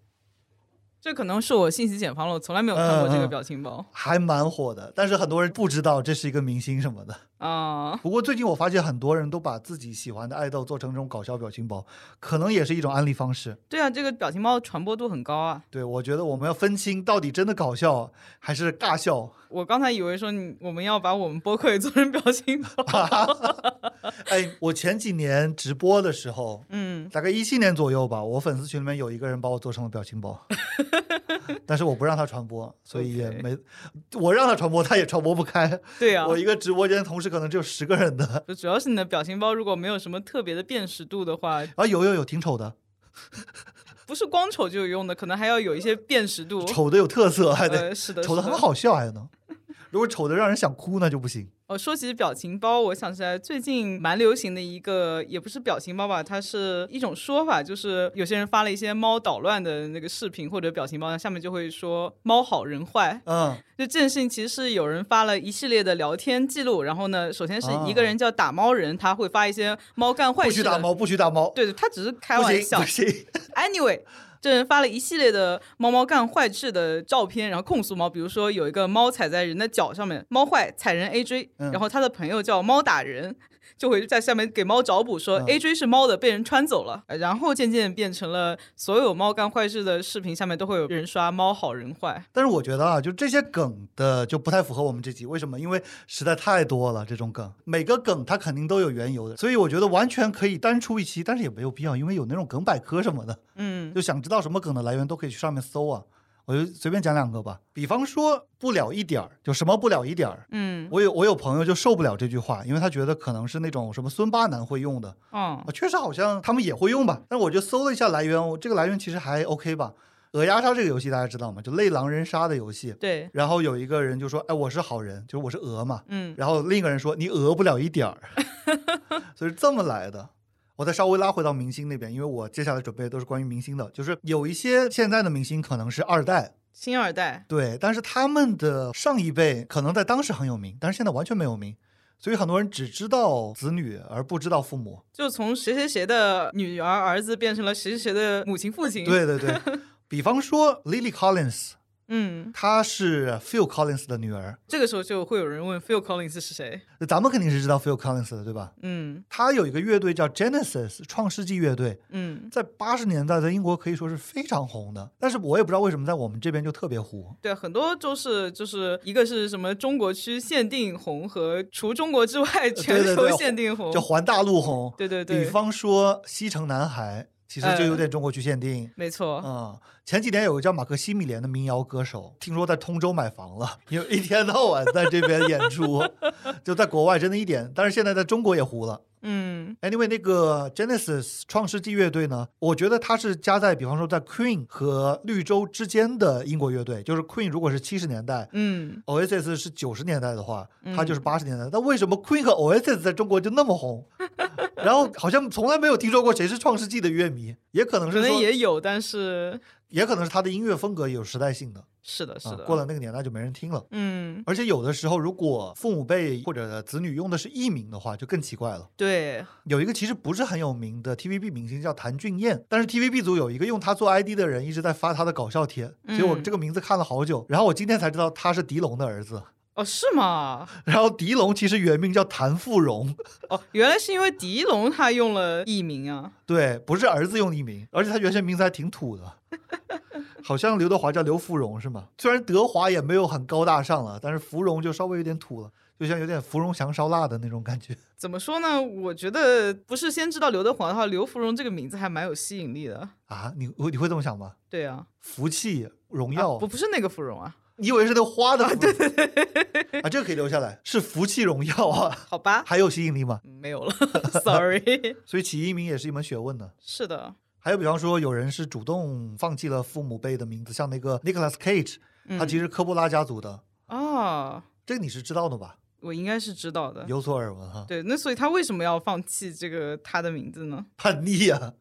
S1: 这可能是我信息茧房了，我从来没有看过这
S2: 嗯
S1: 个
S2: 嗯
S1: 表情包
S2: 还蛮火的。但是很多人不知道这是一个明星什么的。
S1: 啊。
S2: 不过最近我发现很多人都把自己喜欢的爱豆做成这种搞笑表情包，可能也是一种安利方式。
S1: 对啊，这个表情包传播度很高啊。
S2: 对，我觉得我们要分清到底真的搞笑还是尬笑。
S1: 我刚才以为说你我们要把我们播客也做成表 情包。
S2: 哎，我前几年直播的时候，
S1: 嗯，
S2: 大概一七年左右吧，我粉丝群里面有一个人把我做成了表 情包，但是我不让他传播，所以也
S1: OK
S2: 没我让他传播，他也传播不开。
S1: 对啊
S2: 我。一个直播间同时可能只有十个人的，
S1: 就主要是你的表情包如果没有什么特别的辨识度的话，
S2: 啊，有有有，挺丑的，
S1: 不是光丑就有用的，可能还要有一些辨识度。
S2: 丑的有特色，还得、
S1: 呃，是的，
S2: 丑的
S1: 是
S2: 很好笑，还能。如果丑的让人想哭，那就不行。
S1: 哦，说起表情包，我想起来最近蛮流行的一个，也不是表情包吧，它是一种说法，就是有些人发了一些猫捣乱的那个视频或者表情包，下面就会说猫好人坏。
S2: 嗯，
S1: 就这件事情，其实是有人发了一系列的聊天记录，然后呢，首先是一个
S2: 啊
S1: 人叫打猫人，他会发一些猫干坏
S2: 不
S1: 事
S2: 许
S1: 的
S2: 打猫，不许打猫，
S1: 对对，他只是开
S2: 不
S1: 玩
S2: 行
S1: 笑
S2: 不。行。
S1: Anyway，这人发了一系列的猫猫干坏事的照片，然后控诉猫，比如说有一个猫踩在人的脚上面，猫坏踩人 AJ，、
S2: 嗯
S1: 然后他的朋友叫猫打人。就会在下面给猫找补说，
S2: 嗯
S1: AJ 是猫的，被人穿走了，然后渐渐变成了所有猫干坏事的视频下面都会有人刷猫好人坏。
S2: 但是我觉得啊，就这些梗的就不太符合我们这集，为什么？因为实在太多了，这种梗，每个梗它肯定都有缘由的，所以我觉得完全可以单出一期，但是也没有必要，因为有那种梗百科什么的，
S1: 嗯，
S2: 就想知道什么梗的来源都可以去上面搜啊。我我就随便讲两个吧。比方说不了一点儿，就什么不了一点儿。
S1: 嗯，
S2: 我有我有朋友就受不了这句话，因为他觉得可能是那种什么孙八男会用的，
S1: 哦
S2: 啊，确实好像他们也会用吧。但我就搜了一下来源，我这个来源其实还 OK 吧。鹅鸭杀这个游戏大家知道吗？就类狼人杀的游戏。
S1: 对，
S2: 然后有一个人就说：“哎，我是好人，就是我是鹅嘛。”
S1: 嗯
S2: 然后另一个人说：“你讹不了一点儿。” 所以是这么来的。我再稍微拉回到明星那边，因为我接下来准备的都是关于明星的，就是有一些现在的明星可能是二代，
S1: 星二代，
S2: 对，但是他们的上一辈可能在当时很有名，但是现在完全没有名，所以很多人只知道子女而不知道父母。
S1: 就从谁谁谁的女儿儿子变成了谁谁谁的母亲父亲。，
S2: 对 对对，比方说 Lily Collins，
S1: 嗯，
S2: 她是 Phil Collins 的女儿，
S1: 这个时候就会有人问 Phil Collins 是谁？
S2: 咱们肯定是知道 Phil Collins 的，对吧？
S1: 嗯
S2: 她有一个乐队叫 Genesis 创世纪乐队，
S1: 嗯，
S2: 在八十年代在英国可以说是非常红的，但是我也不知道为什么在我们这边就特别糊。
S1: 对，很多都是就是一个是什么中国区限定红和除中国之外全
S2: 呃对对
S1: 球
S2: 对
S1: 限定红。
S2: 就环大陆红。
S1: 哦对对
S2: 比
S1: 对，
S2: 方说《西城男孩》，其实就有点中国区限定。
S1: 没错。
S2: 嗯，前几年有个叫马克西米连的民谣歌手，听说在通州买房了， 因为一天到晚在这边演出，就在国外真的一点，但是现在在中国也糊了。
S1: 嗯
S2: Anyway，那个 Genesis 创世纪乐队呢，我觉得它是夹在比方说在 Queen 和绿洲之间的英国乐队，就是 Queen 如果是七十年代，
S1: 嗯
S2: Oasis 是九十年代的话，
S1: 嗯
S2: 它就是八十年代。那、为什么 Queen 和 Oasis 在中国就那么红？ 然后好像从来没有听说过谁是创世纪的乐迷，也可能
S1: 可
S2: 是
S1: 能
S2: 说，也
S1: 也有，但是
S2: 可能是他的音乐风格有时代性的
S1: 是的，是
S2: 啊
S1: 的。，
S2: 过了那个年代就没人听了。
S1: 嗯，
S2: 而且有的时候，如果父母辈或者子女用的是艺名的话，就更奇怪了。
S1: 对，
S2: 有一个其实不是很有名的 TVB 明星叫谭俊彦，但是 TVB 组有一个用他做 ID 的人一直在发他的搞笑帖，所以我
S1: 嗯
S2: 这个名字看了好久。然后我今天才知道他是狄龙的儿子。
S1: 哦，是吗？
S2: 然后狄龙其实原名叫谭富荣，
S1: 哦，原来是因为狄龙他用了艺名啊。
S2: 对，不是儿子用的艺名，而且他原先名字还挺土的， 好像刘德华叫刘芙蓉是吗？虽然德华也没有很高大上了，但是芙蓉就稍微有点土了，就像有点芙蓉翔烧腊的那种感觉。
S1: 怎么说呢？我觉得不是先知道刘德华的话，刘芙蓉这个名字还蛮有吸引力的。
S2: 啊，你你会这么想吗？
S1: 对啊，
S2: 福气、荣
S1: 啊
S2: 耀，
S1: 不不是那个芙蓉啊，
S2: 你以为是那花的、对对对，啊，这个可以留下来，是福气、荣耀啊，
S1: 好吧，
S2: 还有吸引力吗？
S1: 没有 了 ，sorry。
S2: 所以起艺名也是一门学问呢。
S1: 是的，
S2: 还有，比方说，有人是主动放弃了父母辈的名字，像那个 Nicholas Cage，
S1: 嗯
S2: 他其实科波拉家族的，
S1: 哦，
S2: 这个你是知道的吧？
S1: 我应该是知道的。
S2: 有所耳闻哈，
S1: 对，那所以他为什么要放弃这个他的名字呢？
S2: 叛逆 啊！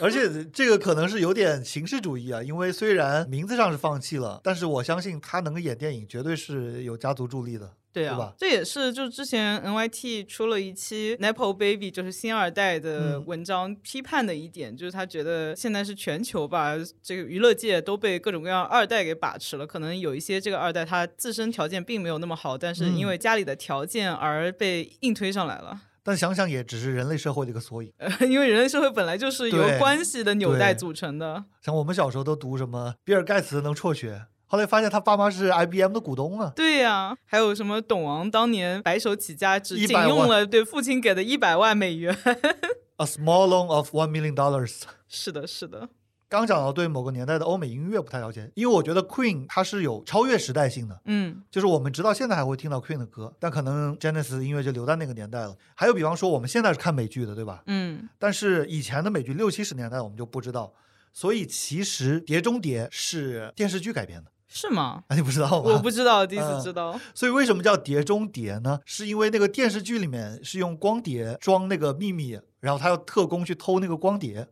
S2: 而且这个可能是有点形式主义啊，因为虽然名字上是放弃了，但是我相信他能够演电影，绝对是有家族助力的。
S1: 对
S2: 对吧
S1: 啊，这也是就之前 NYT 出了一期 Nepo Baby 就是新二代的
S2: 嗯
S1: 文章批判的一点，就是他觉得现在是全球吧，这个娱乐界都被各种各样二代给把持了，可能有一些这个二代他自身条件并没有那么好，但是
S2: 嗯
S1: 因为家里的条件而被硬推上来了。
S2: 但想想也只是人类社会的一个缩影。
S1: 呃因为人类社会本来就是由
S2: 对
S1: 关系的纽带
S2: 对
S1: 组成的，
S2: 像我们小时候都读什么比尔盖茨能辍学，后来发现他爸妈是 IBM 的股东啊。
S1: 对呀、还有什么董王当年白手起家，只
S2: 100
S1: 仅用了对父亲给的一百万美元。
S2: A small loan of one million dollars。
S1: 是的，是的，
S2: 刚讲到对某个年代的欧美音乐不太了解，因为我觉得 Queen 它是有超越时代性的，
S1: 嗯
S2: 就是我们直到现在还会听到 Queen 的歌，但可能 Genesis 音乐就留在那个年代了。还有，比方说我们现在是看美剧的，对吧？
S1: 嗯，
S2: 但是以前的美剧六七十年代我们就不知道，所以其实《碟中谍》是电视剧改编的，
S1: 是吗？
S2: 啊，你不知道吗？
S1: 我不知道，第一
S2: 嗯
S1: 次知道。
S2: 所以为什么叫《碟中谍》呢？是因为那个电视剧里面是用光碟装那个秘密，然后他要特工去偷那个光碟，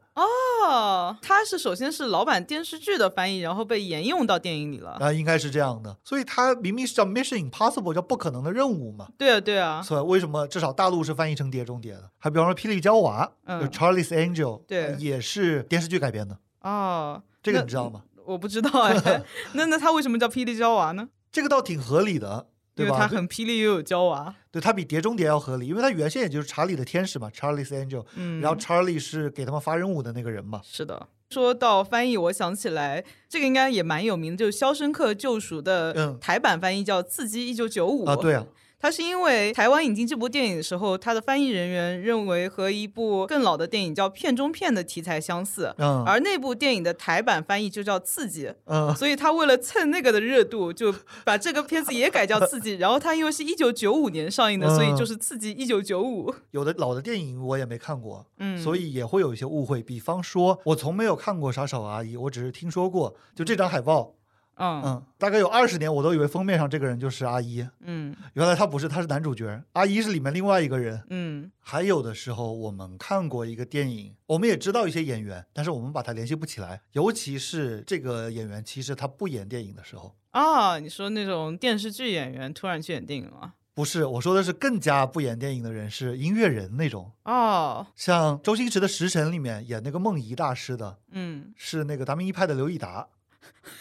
S1: 哦，他是首先是老版电视剧的翻译，然后被沿用到电影里了。
S2: 啊，应该是这样的。所以它明明是叫 Mission Impossible，叫不可能的任务嘛。
S1: 对啊，对啊，
S2: 所以为什么至少大陆是翻译成《碟中谍》的？还比方说《霹雳娇娃》，就
S1: 嗯
S2: Charlie's Angel，
S1: 对
S2: 呃也是电视剧改编的，
S1: 哦，
S2: 这个
S1: 那
S2: 你知道吗？
S1: 我不知道哎。 那那他为什么叫霹雳娇娃呢？
S2: 这个倒挺合理的，
S1: 因
S2: 对
S1: 为他
S2: 吧？
S1: 很霹雳又有娇娃。
S2: 对，它比《碟中谍》要合理，因为它原先也就是查理的天使嘛，Charlie's Angel，、
S1: 嗯，
S2: 然后 Charlie 是给他们发任务的那个人嘛。
S1: 是的。说到翻译，我想起来这个应该也蛮有名的，就是《肖申克救赎》
S2: 嗯
S1: 的台版翻译叫《刺激一九九五》
S2: 啊，对啊，
S1: 它是因为台湾引进这部电影的时候，它的翻译人员认为和一部更老的电影叫《片中片》的题材相似，
S2: 嗯
S1: 而那部电影的台版翻译就叫《刺激》，
S2: 嗯
S1: 所以他为了蹭那个的热度，就把这个片子也改叫《刺激》，然后它因为是一九九五年上映的，所
S2: 嗯
S1: 以就是《刺激一九九五》。
S2: 有的老的电影我也没看过，
S1: 嗯，
S2: 所以也会有一些误会。比方说，我从没有看过《傻傻娃阿姨》，我只是听说过，就这张海报，
S1: 嗯
S2: 嗯，大概有二十年，我都以为封面上这个人就是阿姨，
S1: 嗯
S2: 原来她不是，她是男主角，阿姨是里面另外一个人。
S1: 嗯
S2: 还有的时候，我们看过一个电影，我们也知道一些演员，但是我们把他联系不起来，尤其是这个演员，其实他不演电影的时候，
S1: 啊，你说那种电视剧演员突然去演电影了？
S2: 不是我说的是更加不演电影的人，是音乐人那种，
S1: 哦，
S2: 像周星驰的《食神》里面演那个梦遗大师的，
S1: 嗯，
S2: 是那个达明一派的刘以达，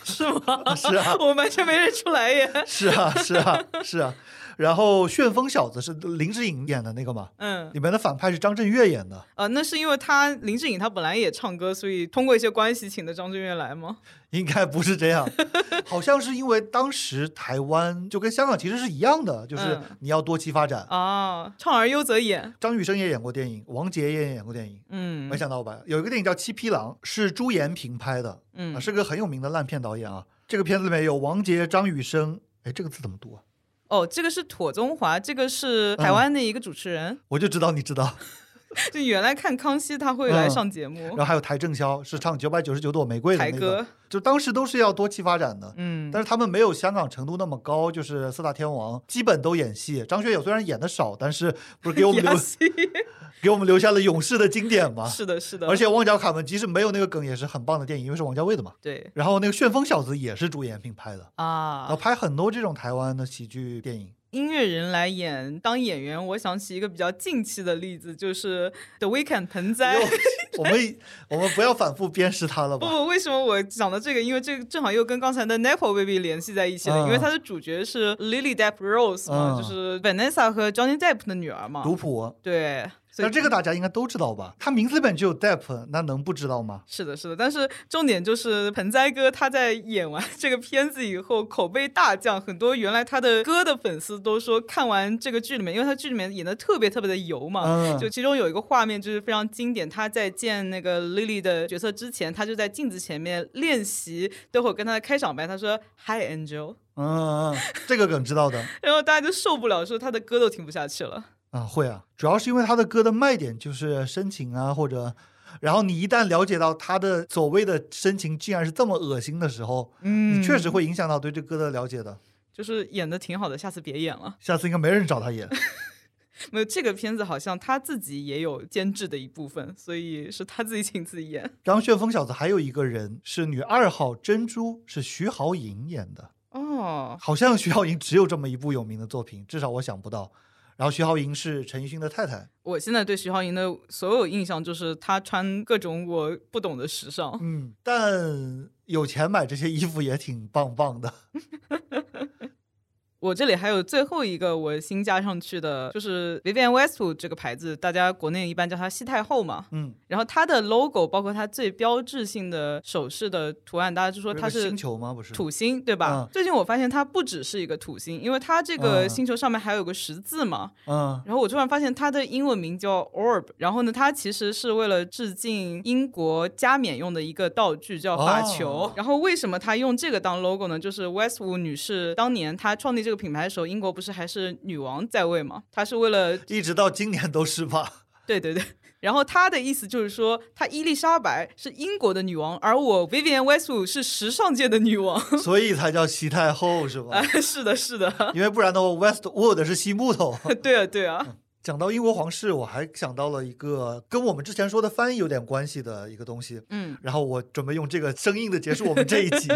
S1: 是吗？
S2: 是啊
S1: 我完全没认出来耶。
S2: 是啊，是啊，是啊，然后《旋风小子》是林志颖演的那个嘛，
S1: 嗯，
S2: 里面的反派是张震岳演的，
S1: 呃，那是因为他林志颖他本来也唱歌，所以通过一些关系请的张震岳来吗？
S2: 应该不是 这样，好像是因为当时台湾就跟香港其实是一样的，就是
S1: 嗯
S2: 你要多期发展。
S1: 啊，唱而优则演。
S2: 张雨生也演过电影，王杰也演过电影。
S1: 嗯
S2: 没想到吧？有一个电影叫《七匹狼》，是朱延平拍的，啊
S1: 嗯，
S2: 是个很有名的烂片导演啊。这个片子里面有王杰、张雨生，哎，这个字怎么读啊？
S1: 哦，这个是妥中华，这个
S2: 嗯
S1: 是台湾的一个主持人，
S2: 我就知道你知道。
S1: 就原来看康熙他会来
S2: 嗯
S1: 上节目
S2: 然，后还有邰正宵，是唱《九百九十九朵玫瑰》的
S1: 台
S2: 那个，
S1: 哥，
S2: 就当时都是要多期发展的。
S1: 嗯，
S2: 但是他们没有香港程度那么高，就是四大天王基本都演戏。张学友虽然演的少，但是不是给 我们留
S1: 雅西
S2: 给我们留下了勇士的经典嘛。
S1: 是的，是的，
S2: 而且《旺角卡门》即使没有那个梗，也是很棒的电影，因为是王家卫的嘛。
S1: 对
S2: 然后那个《旋风小子》也是朱延平拍的，然后
S1: 啊，
S2: 拍很多这种台湾的喜剧电影。
S1: 音乐人来演当演员，我想起一个比较近期的例子，就是 The Weeknd 盆栽。
S2: 我们我们不要反复鞭尸他了
S1: 不
S2: 吧？
S1: 不，为什么我讲到这个？因为这个正好又跟刚才的 Nepo Baby 联系在一起了，因为
S2: 嗯
S1: 它的主角是 Lily Depp Rose 嘛，
S2: 嗯
S1: 就是 Vanessa 和 Johnny Depp 的女儿嘛。
S2: 毒谱，
S1: 对，所以
S2: 那这个大家应该都知道吧？他名字里面就有 Depp，那能不知道吗？
S1: 是的，是的，但是重点就是盆栽哥他在演完这个片子以后口碑大降，很多原来他的歌的粉丝都说看完这个剧里面，因为他剧里面演的特别特别的油嘛，
S2: 嗯
S1: 啊就其中有一个画面就是非常经典，他在见那个 Lily 的角色之前，他就在镜子前面练习，待会儿跟他的开场白，他说 Hi Angel，
S2: 嗯，嗯嗯这个梗知道的。
S1: 然后大家就受不了，说他的歌都听不下去了。
S2: 啊，会啊，主要是因为他的歌的卖点就是深情啊，或者，然后你一旦了解到他的所谓的深情竟然是这么恶心的时候，
S1: 嗯
S2: 你确实会影响到对这歌的了解的。
S1: 就是演的挺好的，下次别演了。
S2: 下次应该没人找他演，
S1: 没有这个片子好像他自己也有监制的一部分，所以是他自己请自己演。
S2: 然后《旋风小子》还有一个人是女二号珍珠，是徐濠萦演的，
S1: 哦，
S2: 好像徐濠萦只有这么一部有名的作品，至少我想不到。然后徐濠萦是陈奕迅的太太，
S1: 我现在对徐浩莹的所有印象就是她穿各种我不懂的时尚。
S2: 嗯，但有钱买这些衣服也挺棒棒的。
S1: 我这里还有最后一个我新加上去的，就是 Vivienne Westwood 这个牌子，大家国内一般叫它西太后嘛。
S2: 嗯，
S1: 然后它的 logo 包括它最标志性的首饰的图案，大家就说
S2: 不是
S1: 它
S2: 个
S1: 是
S2: 星球吗？不是
S1: 土星，对吧
S2: 嗯？
S1: 最近我发现它不只是一个土星，因为它这个
S2: 嗯
S1: 星球上面还有个十字嘛。
S2: 嗯
S1: 然后我突然发现它的英文名叫 Orb，然后呢，它其实是为了致敬英国加冕用的一个道具叫发球。
S2: 哦
S1: 然后为什么她用这个当 logo 呢？就是 Westwood 女士当年她创立这个品牌的时候，英国不是还是女王在位嘛？她是为了
S2: 一直到今年都是吧？
S1: 对对对。然后她的意思就是说，她伊丽莎白是英国的女王，而我 Vivienne Westwood 是时尚界的女王。
S2: 所以才叫西太后是
S1: 啊
S2: 吧？，
S1: 是的，是的，
S2: 因为不然的话，Westwood 是西木头。
S1: 对啊，对啊，
S2: 讲到英国皇室，我还想到了一个跟我们之前说的翻译有点关系的一个东西，
S1: 嗯，
S2: 然后我准备用这个生硬的结束我们这一 集。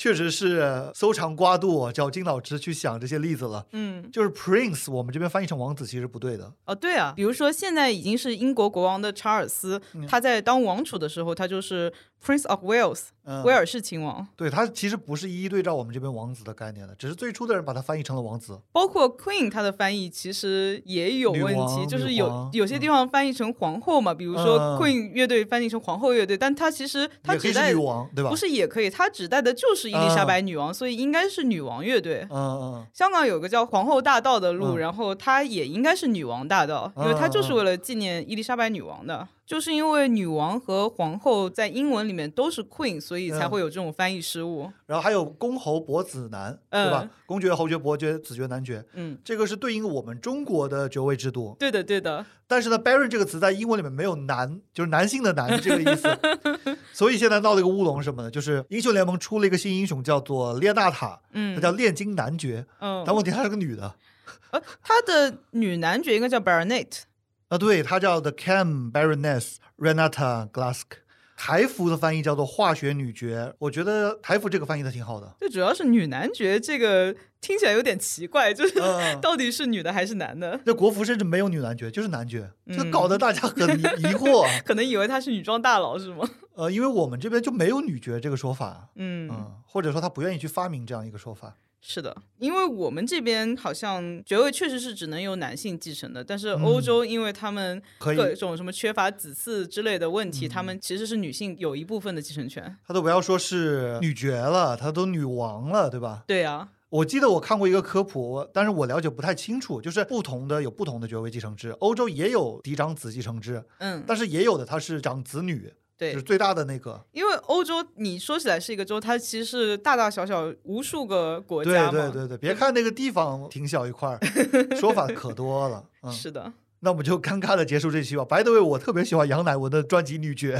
S2: 确实是搜肠刮肚，啊绞尽脑汁去想这些例子了。
S1: 嗯，
S2: 就是 prince，我们这边翻译成王子其实不对的。
S1: 哦，对啊，比如说现在已经是英国国王的查尔斯，
S2: 嗯
S1: 他在当王储的时候，他就是 Prince of Wales，、
S2: 嗯
S1: 威，尔士亲王。
S2: 对，它其实不是一一对照我们这边王子的概念的，只是最初的人把它翻译成了王子。
S1: 包括 Queen，它的翻译其实实也有
S2: 女
S1: 问题，
S2: 王
S1: 就是
S2: 女
S1: 有
S2: 皇
S1: 有些地方翻译成皇后嘛，比如说
S2: 嗯
S1: Queen 乐队翻译成皇后乐队，但它其实它
S2: 也可
S1: 指
S2: 以是
S1: 代
S2: 女王，嗯对吧？
S1: 不是也可以，它指代的就是伊丽莎白女王，所以应该是女王乐队。
S2: 嗯，嗯
S1: 香港有个叫皇后大道的路，
S2: 嗯
S1: 然后它也应该是女王大道，因为它就是为了纪念伊丽莎白女王的。就是因为女王和皇后在英文里面都是 queen，所以才
S2: 嗯
S1: 会有这种翻译失误
S2: 嗯。。然后还有公侯伯子男，对吧
S1: 嗯？
S2: 公爵、侯爵、伯爵、子爵、男爵，
S1: 嗯，
S2: 这个是对应我们中国的爵位制度。
S1: 对的，对的，
S2: 但是呢，baron 这个词在英文里面没有男，就是男性的男这个意思， 所以现在闹了一个乌龙是什么呢？就是英雄联盟出了一个新英雄叫做列娜塔，她
S1: 嗯，
S2: 叫炼金男爵，
S1: 嗯，
S2: 但问题她是个女的
S1: 呃，他的女男爵应该叫 Baronet，。
S2: 啊，对，她叫 The Cam Baroness Renata Glask。台服的翻译叫做化学女爵，我觉得台服这个翻译的挺好的
S1: 最主要是女男爵这个听起来有点奇怪，就是、
S2: 嗯，
S1: 到底是女的还是男的？
S2: 那国服甚至没有女男爵，就是男爵，就
S1: 嗯
S2: 搞得大家很疑 疑惑啊。
S1: 可能以为他是女装大佬是吗？
S2: 呃，因为我们这边就没有女爵这个说法，
S1: 嗯，
S2: 嗯，或者说他不愿意去发明这样一个说法。
S1: 是的，因为我们这边好像爵位确实是只能由男性继承的，但是欧洲因为他们
S2: 嗯可以嗯
S1: 各种什么缺乏子嗣之类的问题，他们其实是女性有一部分的继承权。
S2: 她都不要说是女爵了，她都女王了，对吧？
S1: 对啊，
S2: 我记得我看过一个科普，但是我了解不太清楚，就是不同的有不同的爵位继承制，欧洲也有嫡长子继承制，
S1: 嗯，
S2: 但是也有的它是长子女，
S1: 对，
S2: 就是最大的那个。
S1: 因为欧洲，你说起来是一个州，它其实是大大小小无数个国
S2: 对
S1: 家嘛。
S2: 对对对，别看那个地方挺小一块儿，说法可多了。嗯，
S1: 是的。
S2: 那我们就尴尬的结束这期吧。白 a 为我特别喜欢杨乃文的专辑《女爵》，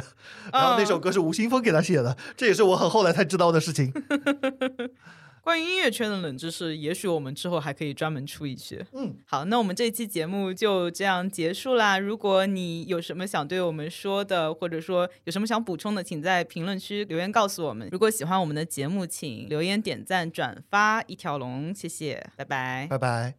S2: 然后那
S1: 嗯
S2: 首歌是吴青峰给他写的，这也是我很后来才知道的事情。
S1: 关于音乐圈的冷知识，也许我们之后还可以专门出一些。
S2: 嗯，
S1: 好，那我们这期节目就这样结束啦。如果你有什么想对我们说的，或者说有什么想补充的，请在评论区留言告诉我们。如果喜欢我们的节目，请留言、点赞、转发，一条龙，谢谢，拜拜。
S2: 拜拜。